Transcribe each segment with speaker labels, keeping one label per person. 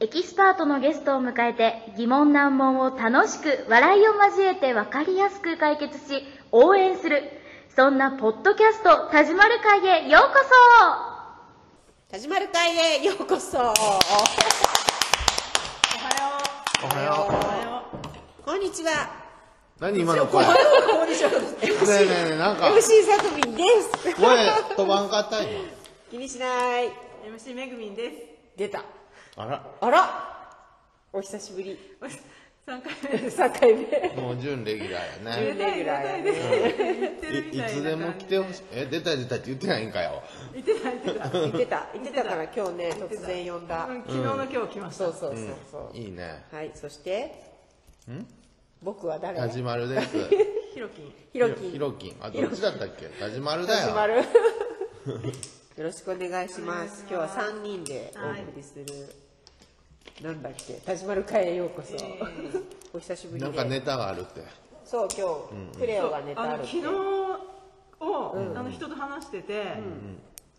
Speaker 1: エキスパートのゲストを迎えて疑問難問を楽しく笑いを交えて分かりやすく解決し応援するそんなポッドキャスト「田島る会」へようこそ
Speaker 2: 田島る会へようこそ。おはよ
Speaker 3: おはよう。
Speaker 2: う。こんにちは。
Speaker 3: 何今の声。ね
Speaker 2: こんにちは。
Speaker 3: えねえねえ、なんか
Speaker 2: MC さとみんです。
Speaker 3: 声飛ばんかった今。
Speaker 2: 気にしない。
Speaker 4: MC めぐみんです
Speaker 2: 出た。
Speaker 3: あら、
Speaker 2: あら。お久しぶり。
Speaker 4: 3回目
Speaker 2: 三回目。
Speaker 3: もう準レギュラーやね。
Speaker 2: レギュラーやね。
Speaker 3: いいつでも来てほしい。え、出た出たって言ってないんかよ。
Speaker 2: 言ってた。言ってたから今日ね突然呼んだ。
Speaker 4: 昨日の今日来ました、
Speaker 2: そうそうそうそう。
Speaker 3: いいね。
Speaker 2: はい。そして。ん僕は誰？
Speaker 3: 田
Speaker 2: 田
Speaker 3: 島るです。
Speaker 4: ひろきん
Speaker 2: ろきん。
Speaker 3: ひろきん。あ、どっちだったっけ田島るだ
Speaker 2: 始ま
Speaker 3: よ。
Speaker 2: る。よろしくお願いします。今日は三人でお送りする。なんだっけ、田島る会へようこそ。お久しぶりで。
Speaker 3: なんかネタがあるって。
Speaker 2: そう、今日、クレオがネ
Speaker 4: あ
Speaker 2: タあ
Speaker 4: の
Speaker 2: るっ
Speaker 4: 昨
Speaker 2: て。
Speaker 4: 日を、あの人と話してて、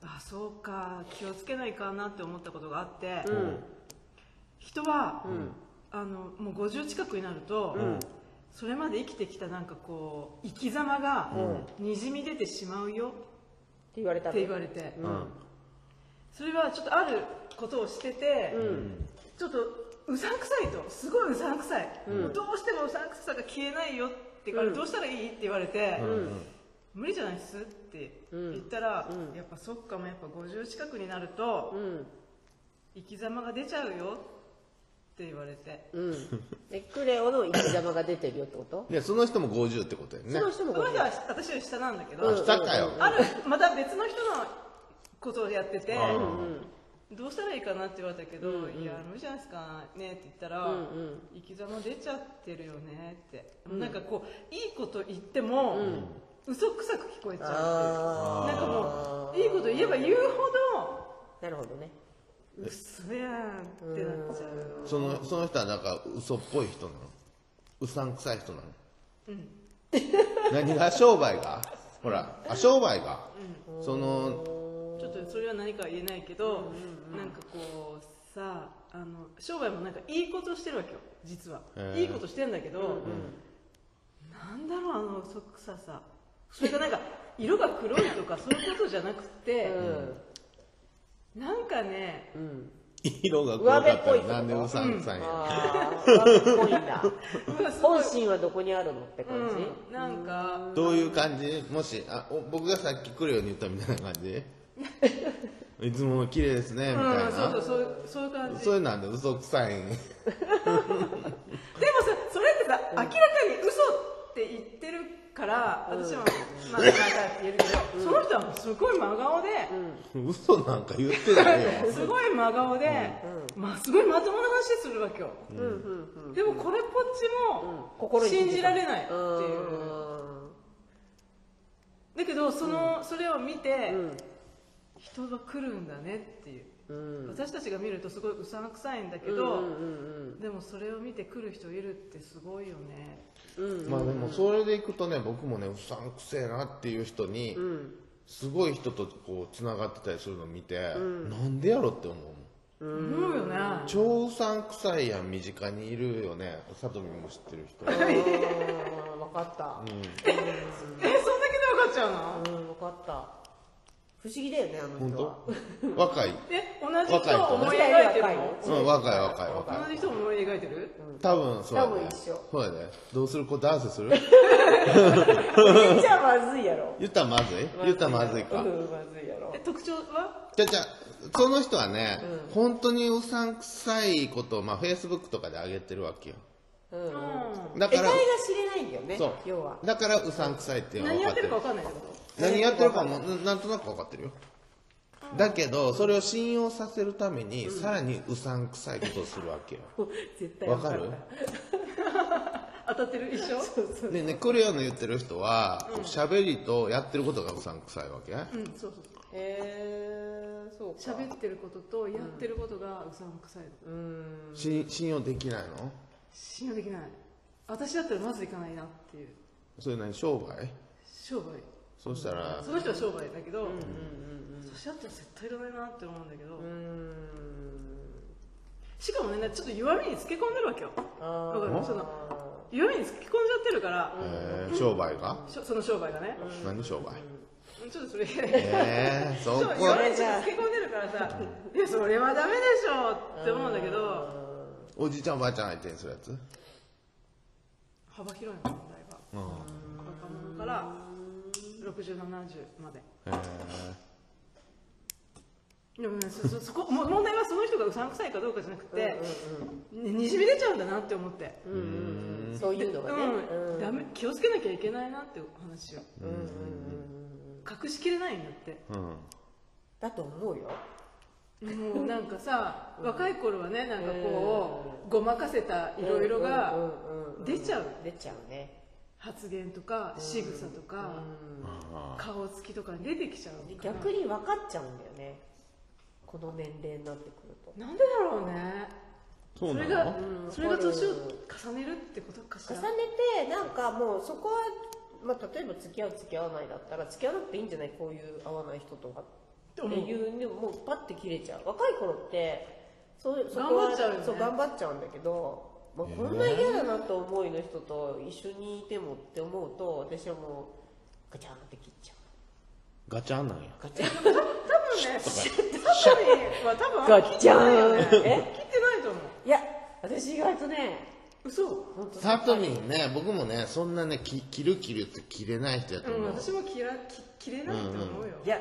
Speaker 4: あそうか気をつけないかなって思ったことがあって、人は、あのもう50近くになると、それまで生きてきたなんかこう生き様がにじみ出てしまうよ
Speaker 2: って言われたの
Speaker 4: って言われて、
Speaker 3: うん。
Speaker 4: それはちょっとあることをしてて、ちょっとうさんくさいとすごいうさんくさい、もうどうしてもうさんくさが消えないよってから、どうしたらいいって言われて、無理じゃないっすって言ったら、やっぱそっかもやっぱ50近くになると、
Speaker 2: うん。
Speaker 4: 生き様が出ちゃうよって言われて、
Speaker 2: うん。で、クレオの生き様が出てるよってこと
Speaker 3: で、その人も50ってことや
Speaker 2: その
Speaker 3: ね。
Speaker 2: 人もこ
Speaker 4: その
Speaker 2: れ
Speaker 4: 人は私より下なんだけど、
Speaker 3: あ、下かよ。
Speaker 4: あるまた別の人のことをやってて、どうしたらいいかなって言われたけど、いや無理じゃないですかねって言ったら、生き様出ちゃってるよねって、なんかこういいこと言っても、嘘くさく聞こえちゃうっていうなんかもういいこと言えば言うほ
Speaker 2: なるほどね。
Speaker 4: ど嘘やんってなっちゃう、
Speaker 3: その、その人はなんか嘘っぽい人なの。うさんくさい人なの。何が商売がほら、あ、商売が。その、
Speaker 4: ちょっとそれは何かは言えないけど、なんかこうさあの商売もなんかいいことしてるわけよ実は、
Speaker 3: へえ
Speaker 4: いいことしてんだけど、なんだろうあの嘘くささそれがなんか色が黒いとかそういうことじゃなくて、なんかね
Speaker 2: うん。
Speaker 3: 色が怖かった
Speaker 2: 上辺っぽい
Speaker 3: ら
Speaker 2: ってこと
Speaker 3: なんでうさんくさいんや。
Speaker 2: あー、すごいんだ。
Speaker 4: なんかすごい
Speaker 2: 本心はどこにあるのって感じ
Speaker 4: うんなんか、
Speaker 3: どういう感じもしあお僕がさっき来るように言ったみたいな感 じいつも綺麗ですねみ
Speaker 4: う
Speaker 3: たい
Speaker 4: ん
Speaker 3: な、
Speaker 4: そうそう
Speaker 3: そ
Speaker 4: そういうそういう感じ
Speaker 3: ういうなんで嘘くさい
Speaker 4: でもさそれってさ、明らかに嘘って言ってるから私は「まあまあまあ」って言えるけど、その人はすごい真顔で、
Speaker 3: 嘘なんか言ってないよ
Speaker 4: すごい真顔で、まあ、すごいまともな話するわけよ、でもこれっぽっちも、
Speaker 2: 心に
Speaker 4: 信じられないっていう、
Speaker 2: うん
Speaker 4: だけどその、それを見て、人が来るんだねっていう、私たちが見るとすごいうさんくさいんだけど、でもそれを見て来る人いるってすごいよね
Speaker 3: まあでもそれでいくとね僕もねうさんくせえなっていう人に、すごい人とこうつながってたりするのを見て、なんでやろって思うもん
Speaker 4: 思うよね
Speaker 3: 超うさんくさいやん身近にいるよねさとみも知ってる人
Speaker 2: うんわかった。
Speaker 4: えそんだけで分かっちゃうの、
Speaker 2: うん、分かった。不思議だよね、あの
Speaker 3: 本
Speaker 2: 人は。
Speaker 3: 当若い、
Speaker 4: え同じ人を思い
Speaker 2: 若い
Speaker 4: 描いてる
Speaker 2: 若い
Speaker 4: の
Speaker 3: うん、若い若い若い
Speaker 4: 同じ人を思い描いてる、
Speaker 3: 多分そうやね
Speaker 2: 多分一緒
Speaker 3: そうやねどうするこうダンスす る
Speaker 2: 当。じゃあまずいや ろ。
Speaker 3: 言ったらまずい言ったらまずい
Speaker 2: うん、ま
Speaker 3: か
Speaker 2: ずいやろ
Speaker 4: え。特徴は
Speaker 3: じゃじゃその人はね、本当にうさんくさいことをまあフェイスブックとかで上げてるわけよ
Speaker 2: うん。
Speaker 3: だ
Speaker 2: 得体
Speaker 3: から
Speaker 2: が知れないんだよね、
Speaker 3: そう
Speaker 2: 要は。
Speaker 3: だからうさんくさいっていうのは
Speaker 4: 何
Speaker 3: 分か
Speaker 4: やっ
Speaker 3: ってて
Speaker 4: る
Speaker 3: る
Speaker 4: か分かんないってこと
Speaker 3: 何やってるかもななんとなく分かってるよだけどそれを信用させるために、さらにうさんくさいことをするわけよ
Speaker 2: 絶対
Speaker 3: わかる
Speaker 2: 分った
Speaker 4: 当たってる一緒 そう
Speaker 3: ねねクレヨンの言ってる人は喋、りとやってることがうさんくさいわけ、
Speaker 4: んそうそう
Speaker 2: へー、そうか。
Speaker 4: 喋ってることとやってることがうさんくさいの、
Speaker 2: うん。
Speaker 3: し信用できないの
Speaker 4: 信用できない私だったらまずいかないなっていう
Speaker 3: それ何商売
Speaker 4: 商売
Speaker 3: そうしたら、
Speaker 4: その人は商売だけど、私だったら絶対いらないなって思うんだけど、
Speaker 2: うん。
Speaker 4: しかもねちょっと弱みにつけ込んでるわけよ
Speaker 2: あ
Speaker 4: わかる
Speaker 3: ん
Speaker 4: その弱みにつけ込んじゃってるから、
Speaker 3: えー、商売が
Speaker 4: しょその商売がね、
Speaker 3: 何商売
Speaker 4: ちょっとそ れ、
Speaker 3: えー、そ
Speaker 4: そう
Speaker 3: こ
Speaker 4: 弱みにつけ込んでるから さ「いやそれはダメでしょ」って思うんだけど
Speaker 3: おじいちゃんおばあちゃん相手にするやつうん
Speaker 4: 幅広いの問題が若者から6070まで
Speaker 3: えー
Speaker 4: でもねそそそこも問題はその人がうさんくさいかどうかじゃなくて、ねにじみ出ちゃうんだなって思って、
Speaker 2: うんうんうんそういうのがね
Speaker 4: うんダメ気をつけなきゃいけないなってお話を
Speaker 2: うんうんうん
Speaker 4: 隠しきれないんだって
Speaker 3: うん
Speaker 2: だと思うよ
Speaker 4: もうなんかさ若い頃はねなんかこうごまかせたいろいろ
Speaker 2: うん
Speaker 4: が
Speaker 2: うんうん
Speaker 4: 出ちゃう
Speaker 2: 出ちゃうね
Speaker 4: 発言とか仕草とか
Speaker 3: あ
Speaker 4: 顔つきとかに出てきちゃう
Speaker 2: で
Speaker 4: から
Speaker 2: 逆に分かっちゃうんだよねこの年齢になってくると
Speaker 4: なんでだろうね
Speaker 3: ーそう
Speaker 4: そ
Speaker 3: な
Speaker 4: れが
Speaker 3: の
Speaker 4: それが年を重ねるってことかし
Speaker 2: 重
Speaker 4: ら
Speaker 2: ねてなんかもうそこは、まあ、例えば付き合う付き合わないだったら付き合わなくていいんじゃないこういう合わない人とはって
Speaker 4: 思う
Speaker 2: いうでももうパッて切れちゃう若い頃ってそうそこ
Speaker 4: 頑
Speaker 2: は
Speaker 4: 張っちゃうよね
Speaker 2: そう頑張っちゃうんだけど、まあ、こんな嫌だなと思いの人と一緒にいてもって思うと私はもうガチャンって切っちゃう
Speaker 3: ガチャンなんや
Speaker 2: ガチャン
Speaker 4: 多分ね多分は多分あんま
Speaker 2: ガチャ
Speaker 4: 切
Speaker 2: ーン
Speaker 4: ってないよ
Speaker 2: え
Speaker 4: ね切ってないと思う
Speaker 2: いや私意外とね
Speaker 4: 嘘
Speaker 2: 本当
Speaker 3: さとみんね僕もねそんなねき切る切るって切れない人やと
Speaker 4: う
Speaker 3: 思
Speaker 4: ん
Speaker 3: う、
Speaker 4: 私も切らき切れないと思うよ
Speaker 2: いや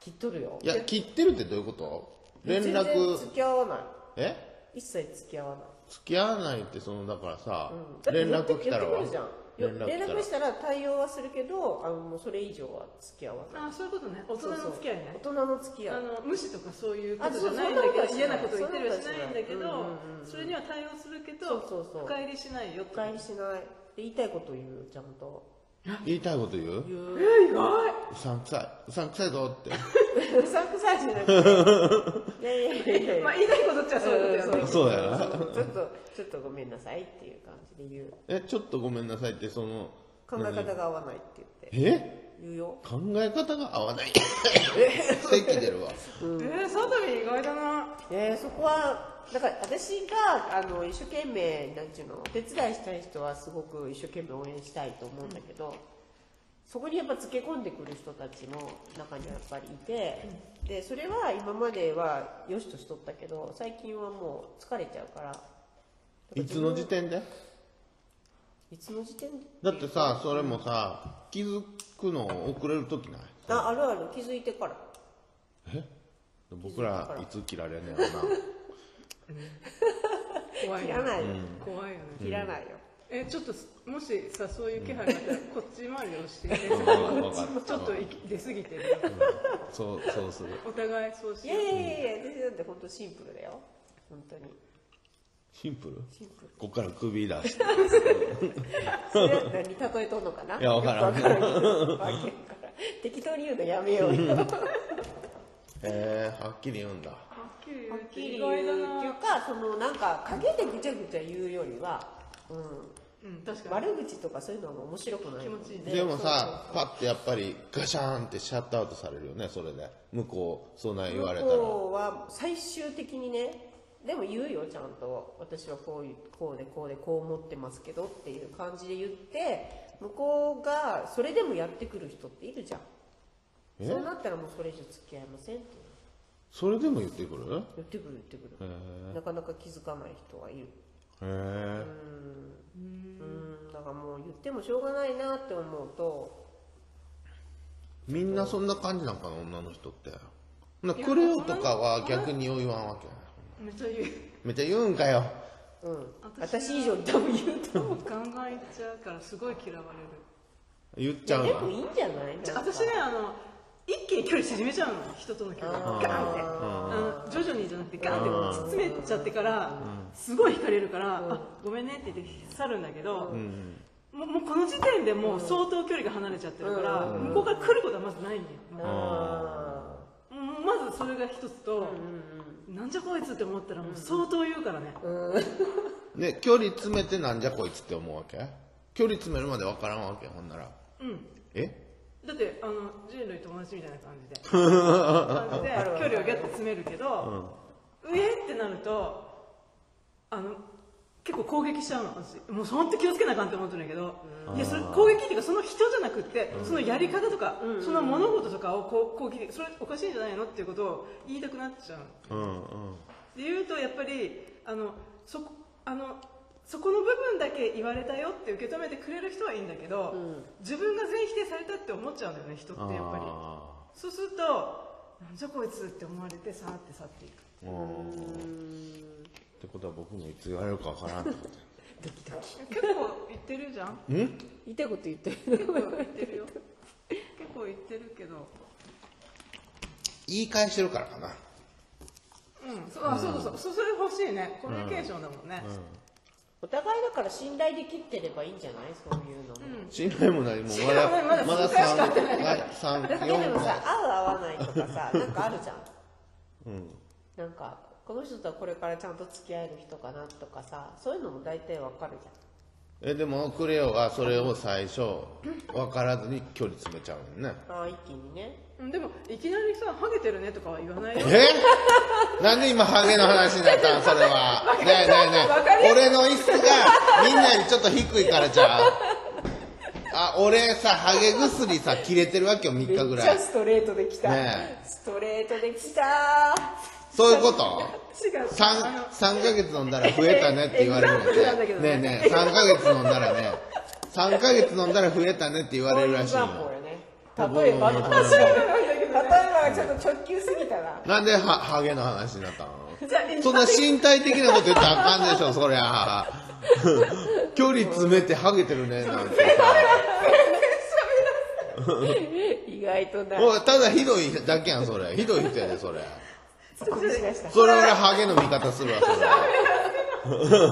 Speaker 2: 切っとるよ
Speaker 3: いや切ってるってどういうこと連
Speaker 2: 全然
Speaker 3: 絡
Speaker 2: 付き合わない
Speaker 3: え
Speaker 2: 一切付き合わない
Speaker 3: 付き合わないってそのだからさ、
Speaker 2: だって
Speaker 3: 連絡来たら
Speaker 2: 言
Speaker 3: は
Speaker 2: ってくるじゃん
Speaker 3: 連絡
Speaker 2: 連
Speaker 3: 来たら
Speaker 2: 絡したら対応はするけどあのもうそれ以上は付き合わない
Speaker 4: あそういうことね大人の付き合いね
Speaker 2: そうそう大人の付き合い
Speaker 4: あの無視とかそういうこと
Speaker 2: あ
Speaker 4: じ
Speaker 2: そ
Speaker 4: ゃ
Speaker 2: う
Speaker 4: ないんだけ
Speaker 2: そんなことはしな
Speaker 4: ど
Speaker 2: い
Speaker 4: 嫌なこと言ってるはし
Speaker 2: そん
Speaker 4: な
Speaker 2: なことはい
Speaker 4: んだけ
Speaker 2: しないうん
Speaker 4: どそれには対応するけど
Speaker 2: そうそうそう
Speaker 4: 深入りしないよと
Speaker 2: 誤解しないで言いたいこと言うちゃんと
Speaker 3: 言いたいこと言う
Speaker 2: 言う
Speaker 4: え意外
Speaker 3: うさんくさいうさんくさいぞって
Speaker 2: うさんくさいじゃなくていやいやいやいやいや
Speaker 4: まあ言いたいことっちゃそういうことよ
Speaker 2: ん
Speaker 4: ね
Speaker 3: そうだよな
Speaker 2: そうちょっとちょっとごめんなさいっていう感じで言う
Speaker 3: えちょっとごめんなさいってその
Speaker 2: 考え方が合わないって言って
Speaker 3: え
Speaker 2: 言うよ
Speaker 3: 考え方が合わない咳出るわ
Speaker 4: えー、サトミン意外だな
Speaker 2: えーそこはだから私があの一生懸命なんていうのお手伝いしたい人はすごく一生懸命応援したいと思うんだけど、そこにやっぱつけ込んでくる人たちも中にはやっぱりいて、でそれは今まではよしとしとったけど最近はもう疲れちゃうから
Speaker 3: いつの時点で
Speaker 2: いつの時点で
Speaker 3: だってさそれもさ気づくの遅れる時ない
Speaker 2: ああるある気づいてから
Speaker 3: 僕らいつ切られんねやろな
Speaker 4: 怖い
Speaker 2: 切
Speaker 4: よ
Speaker 2: ら
Speaker 4: ね
Speaker 2: ないよ、
Speaker 4: 怖いよね
Speaker 2: 切らないよ、
Speaker 4: えちょっともしさそういう気配があったらこっち回りをしてち
Speaker 3: うん わかる
Speaker 4: ょっといき出過ぎてる
Speaker 3: そうそうする
Speaker 4: お互いそうし
Speaker 2: い
Speaker 4: よ
Speaker 2: や
Speaker 4: う
Speaker 2: いやいやいや私なんて本当シンプルだよ本当に
Speaker 3: シンプル
Speaker 2: シンプル
Speaker 3: こっから首出 して
Speaker 2: それ何例えとんのかない
Speaker 3: やわからん
Speaker 2: よくわからんけどわけわからん適当に言うのやめようよはっ
Speaker 3: えー、はっきり言うんだ
Speaker 4: はっきり言う
Speaker 2: きり
Speaker 4: 意
Speaker 2: 言うって
Speaker 4: 外だ
Speaker 2: いう
Speaker 4: な
Speaker 2: かそのなんか陰でぐちゃぐちゃ言うよりは、うん、
Speaker 4: うん確かに
Speaker 2: 悪口とかそういうのは面白くない
Speaker 4: 気持ちいいね
Speaker 3: でもさパッてやっぱりガシャーンってシャットアウトされるよねそれで向こうそんなん言われたら
Speaker 2: 向こうは最終的にねでも言うよちゃんと私はこういうこうでこうでこう思ってますけどっていう感じで言って向こうがそれでもやってくる人っているじゃん
Speaker 3: え
Speaker 2: そうなったらもうそれ以上付き合いませんって
Speaker 3: それでも言ってくる
Speaker 2: 言ってくる言ってくる
Speaker 3: へえ
Speaker 2: なかなか気づかない人はいる
Speaker 3: へ
Speaker 2: うんだからもう言ってもしょうがないなって思うと
Speaker 3: えみんなそんな感じなんかな女の人ってほなくれよとかは逆によう言わんわけ
Speaker 4: めっちゃ言う
Speaker 3: めっちゃ言うんかよ
Speaker 2: うん
Speaker 4: 私
Speaker 2: 私以上に多分言うと思う
Speaker 4: ガンガン言っちゃうからすごい嫌われる
Speaker 3: 言っち
Speaker 2: で
Speaker 3: ゃう
Speaker 2: も
Speaker 3: わ
Speaker 2: いいんじゃないなんか
Speaker 4: 私ねあの一気に距離縮めちゃうの人との距離
Speaker 2: あー
Speaker 4: ガンってあの徐々にじゃなくてガンって突き詰めちゃってからすごい惹かれるから「あごめんね」って言って去るんだけど、もうもうこの時点でもう相当距離が離れちゃってるから、向こうから来ることはまずないんだよ、
Speaker 2: あ
Speaker 4: もうまずそれが一つと、なんじゃこいつって思ったらもう相当言うからね、
Speaker 3: で距離詰めてなんじゃこいつって思うわけ距離詰めるまでわからんわけほんなら
Speaker 4: うん
Speaker 3: え
Speaker 4: だってあの人類友達みたいな感じ で感じで距離をギャッと詰めるけど、上ってなるとあの結構攻撃しちゃうの私もう本当気をつけなあかんって思ってるんやけど、いやそれ攻撃っていうかその人じゃなくって、そのやり方とか、その物事とかをこう攻撃それおかしいんじゃないのっていうことを言いたくなっちゃう
Speaker 3: うんうん
Speaker 4: で言うとやっぱりあのそこあのそこの部分だけ言われたよって受け止めてくれる人はいいんだけど、自分が全否定されたって思っちゃうんだよね人ってやっぱり
Speaker 3: あ
Speaker 4: そうするとなんじゃこいつって思われてさーって去っていく
Speaker 3: ーうんってことは僕もいつ言われるかわからんと思って
Speaker 2: ドキドキ
Speaker 4: 結構言ってるじゃん
Speaker 3: うん
Speaker 2: 言いたいこと言って
Speaker 4: 結
Speaker 2: る
Speaker 4: 構言ってるよ結構言ってるけど
Speaker 3: 言い返してるからかな
Speaker 4: うんそうあそうそうそうそうそれ欲しいねコミュニケーションだもんね、
Speaker 2: お互いだから信頼できてればいいんじゃないそういうのも、
Speaker 3: 信頼も何も
Speaker 4: 信頼もないまだ
Speaker 3: まだ
Speaker 4: 数回しか会ってない
Speaker 3: 3
Speaker 2: だけ
Speaker 3: 回
Speaker 2: どで
Speaker 3: 4
Speaker 2: も
Speaker 3: 回
Speaker 2: さ合う合わないとか さなんかあるじゃん
Speaker 3: うん
Speaker 2: なんかこの人とはこれからちゃんと付き合える人かなとかさそういうのも大体わかるじ
Speaker 3: えでもクレオはそれを最初分からずに距離詰めちゃうね んね
Speaker 2: ゃんああ一気にね
Speaker 4: うんでもいきなりさ「ハゲてるね」とかは言わないよ
Speaker 3: えなんで今ハゲの話になったんそれはねえね
Speaker 4: わか
Speaker 3: えね
Speaker 4: り
Speaker 3: え
Speaker 4: や
Speaker 3: 俺の椅子がみんなよりちょっと低いからじゃうあ俺さハゲ薬さ切れてるわけよ3日ぐらい
Speaker 2: ストレートでき
Speaker 3: ね
Speaker 2: ストレートできた
Speaker 3: そういうこと
Speaker 4: 違う
Speaker 3: 三三ヶ月飲んだら増えたねって言われるん
Speaker 4: エグザンプルなんだけ
Speaker 3: で
Speaker 4: ど
Speaker 3: ね
Speaker 4: ね
Speaker 3: えねえ3ヶ月飲んだらね3ヶ月飲んだら増えたねって言われるらしい
Speaker 2: こういう
Speaker 3: よ
Speaker 2: 残法よね例えば
Speaker 3: 僕も
Speaker 2: 確
Speaker 3: 僕も
Speaker 2: かに例えばがちょっと直球すぎたな
Speaker 3: なんではハゲの話になった
Speaker 4: じゃあ
Speaker 3: のそんな身体的なこと言ったらあかんでしょそりゃ 距離詰めてハゲてるねなんて
Speaker 2: 意外とな
Speaker 3: もうただひどいだけやんそれひどい人やでそれ
Speaker 2: ツッコミしました
Speaker 3: それ俺ハゲの味方するわそれ
Speaker 4: それこ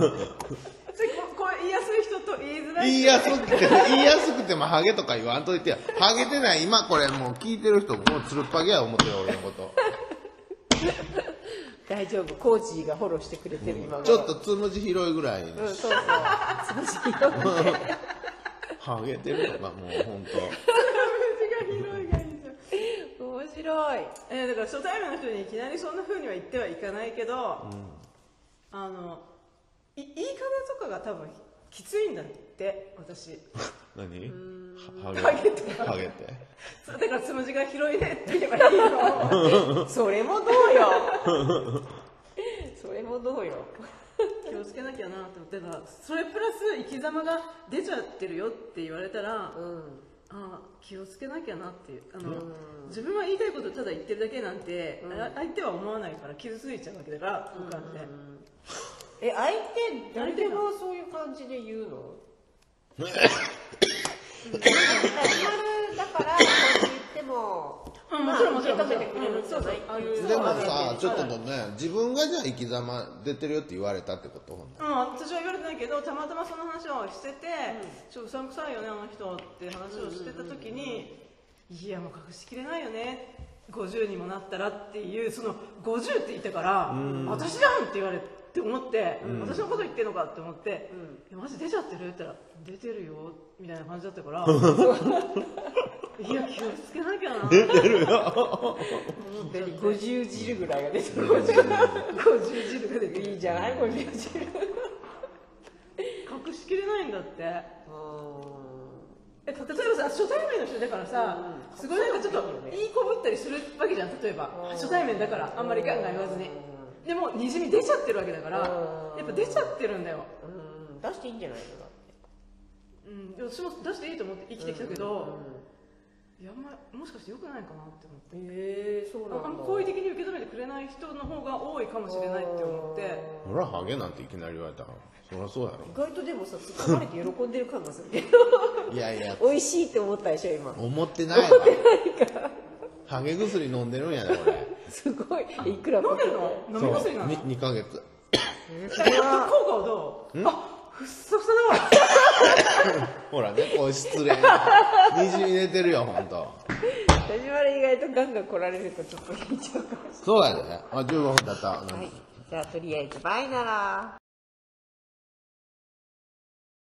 Speaker 4: こう言いやすい人と言いづらい
Speaker 3: 言いやすくて、言いやすくてもハゲとか言わんといてよ。ハゲてない、今これもう聞いてる人、もうつるっぱげや思ってる俺のこと。
Speaker 2: 大丈夫コーチーがフォローしてくれてる今頃
Speaker 3: ちょっとつむじ広いぐらいに
Speaker 2: うんそうそうつむじ広くて
Speaker 3: ハゲてるとか、もうほんと。
Speaker 2: 面白い
Speaker 4: えーだから初対面の人にいきなりそんな風には言ってはいかないけど、あのい言い方とかが多分きついんだって私
Speaker 3: 何ハ
Speaker 4: ハゲて
Speaker 3: ゲ。ハゲて。
Speaker 4: そうだからつむじが広いねって言えばいいよ
Speaker 2: それもどうよ それもどうよ
Speaker 4: 気をつけなきゃなと思ってだからそれプラス生き様が出ちゃってるよって言われたら、
Speaker 2: う
Speaker 4: あ
Speaker 2: ん
Speaker 4: あ気をつけなきゃなっていうあの、自分は言いたいことをただ言ってるだけなんて、あ相手は思わないから傷ついちゃうわけだから僕なんて、
Speaker 2: え相手誰でもそういう感じで言うのうんだからこう言っても
Speaker 4: うんもちろんもちろん
Speaker 2: まあ受け止めてくれるんじゃない
Speaker 4: うんそうそうある
Speaker 3: でもさ
Speaker 4: う、ん
Speaker 3: ちょっとごめん、自分がじゃあ生き様出てるよって言われたってことほんなら
Speaker 4: うん、私は言われてないけどたまたまその話をしてて、ちょっとうさんくさいよねあの人って話をしてた時に、いやもう隠しきれないよね50にもなったらっていうその50って言ったから、私じゃんって言われて思って、私のこと言ってんのかって思って、いやマジ出ちゃってるって言ったら出てるよみたいな感じだったから いや気をつけなきゃ な
Speaker 2: 本当に50汁ぐらいが出てる50汁が出てるいいじゃない50汁
Speaker 4: 隠しきれないんだって。え例えばさ初対面の人だからさ、すごいなんかちょっと言いこぶったりするわけじゃん例えば初対面だからあんまりガンガン言わずにでもにじみ出ちゃってるわけだからやっぱ出ちゃってるんだよ、
Speaker 2: うん出していいんじゃないのだって
Speaker 4: うん、で私も出していいと思って生きてきたけど、いやあんまりもしかして良くないかなって思って
Speaker 2: えー、そう
Speaker 4: ああんま好意的に受け止めてくれない人の方が多いかもしれないって思って
Speaker 3: 俺はハゲなんていきなり言われたら、そりゃそうや
Speaker 2: 意外とでもさ突っ込まれて喜んでる感がするけど
Speaker 3: ろ。いやいや、
Speaker 2: 美味しいって思ったでしょ今
Speaker 3: 思って ないわ。ハゲ薬飲んでるんやで、俺。
Speaker 2: すごいいくら
Speaker 4: 飲んでるの飲み薬なの
Speaker 3: そうに2ヶ月。
Speaker 4: え効果はどうあふっさふさだわ
Speaker 3: ほらね、こう失礼。にじみ出てるよ、ほんと。
Speaker 2: 田島で意外とガンガン来られるとちょっと引いちゃうかもし
Speaker 3: そうやで。あ、15分経った。
Speaker 2: れない。じゃあとりあえずバイなら。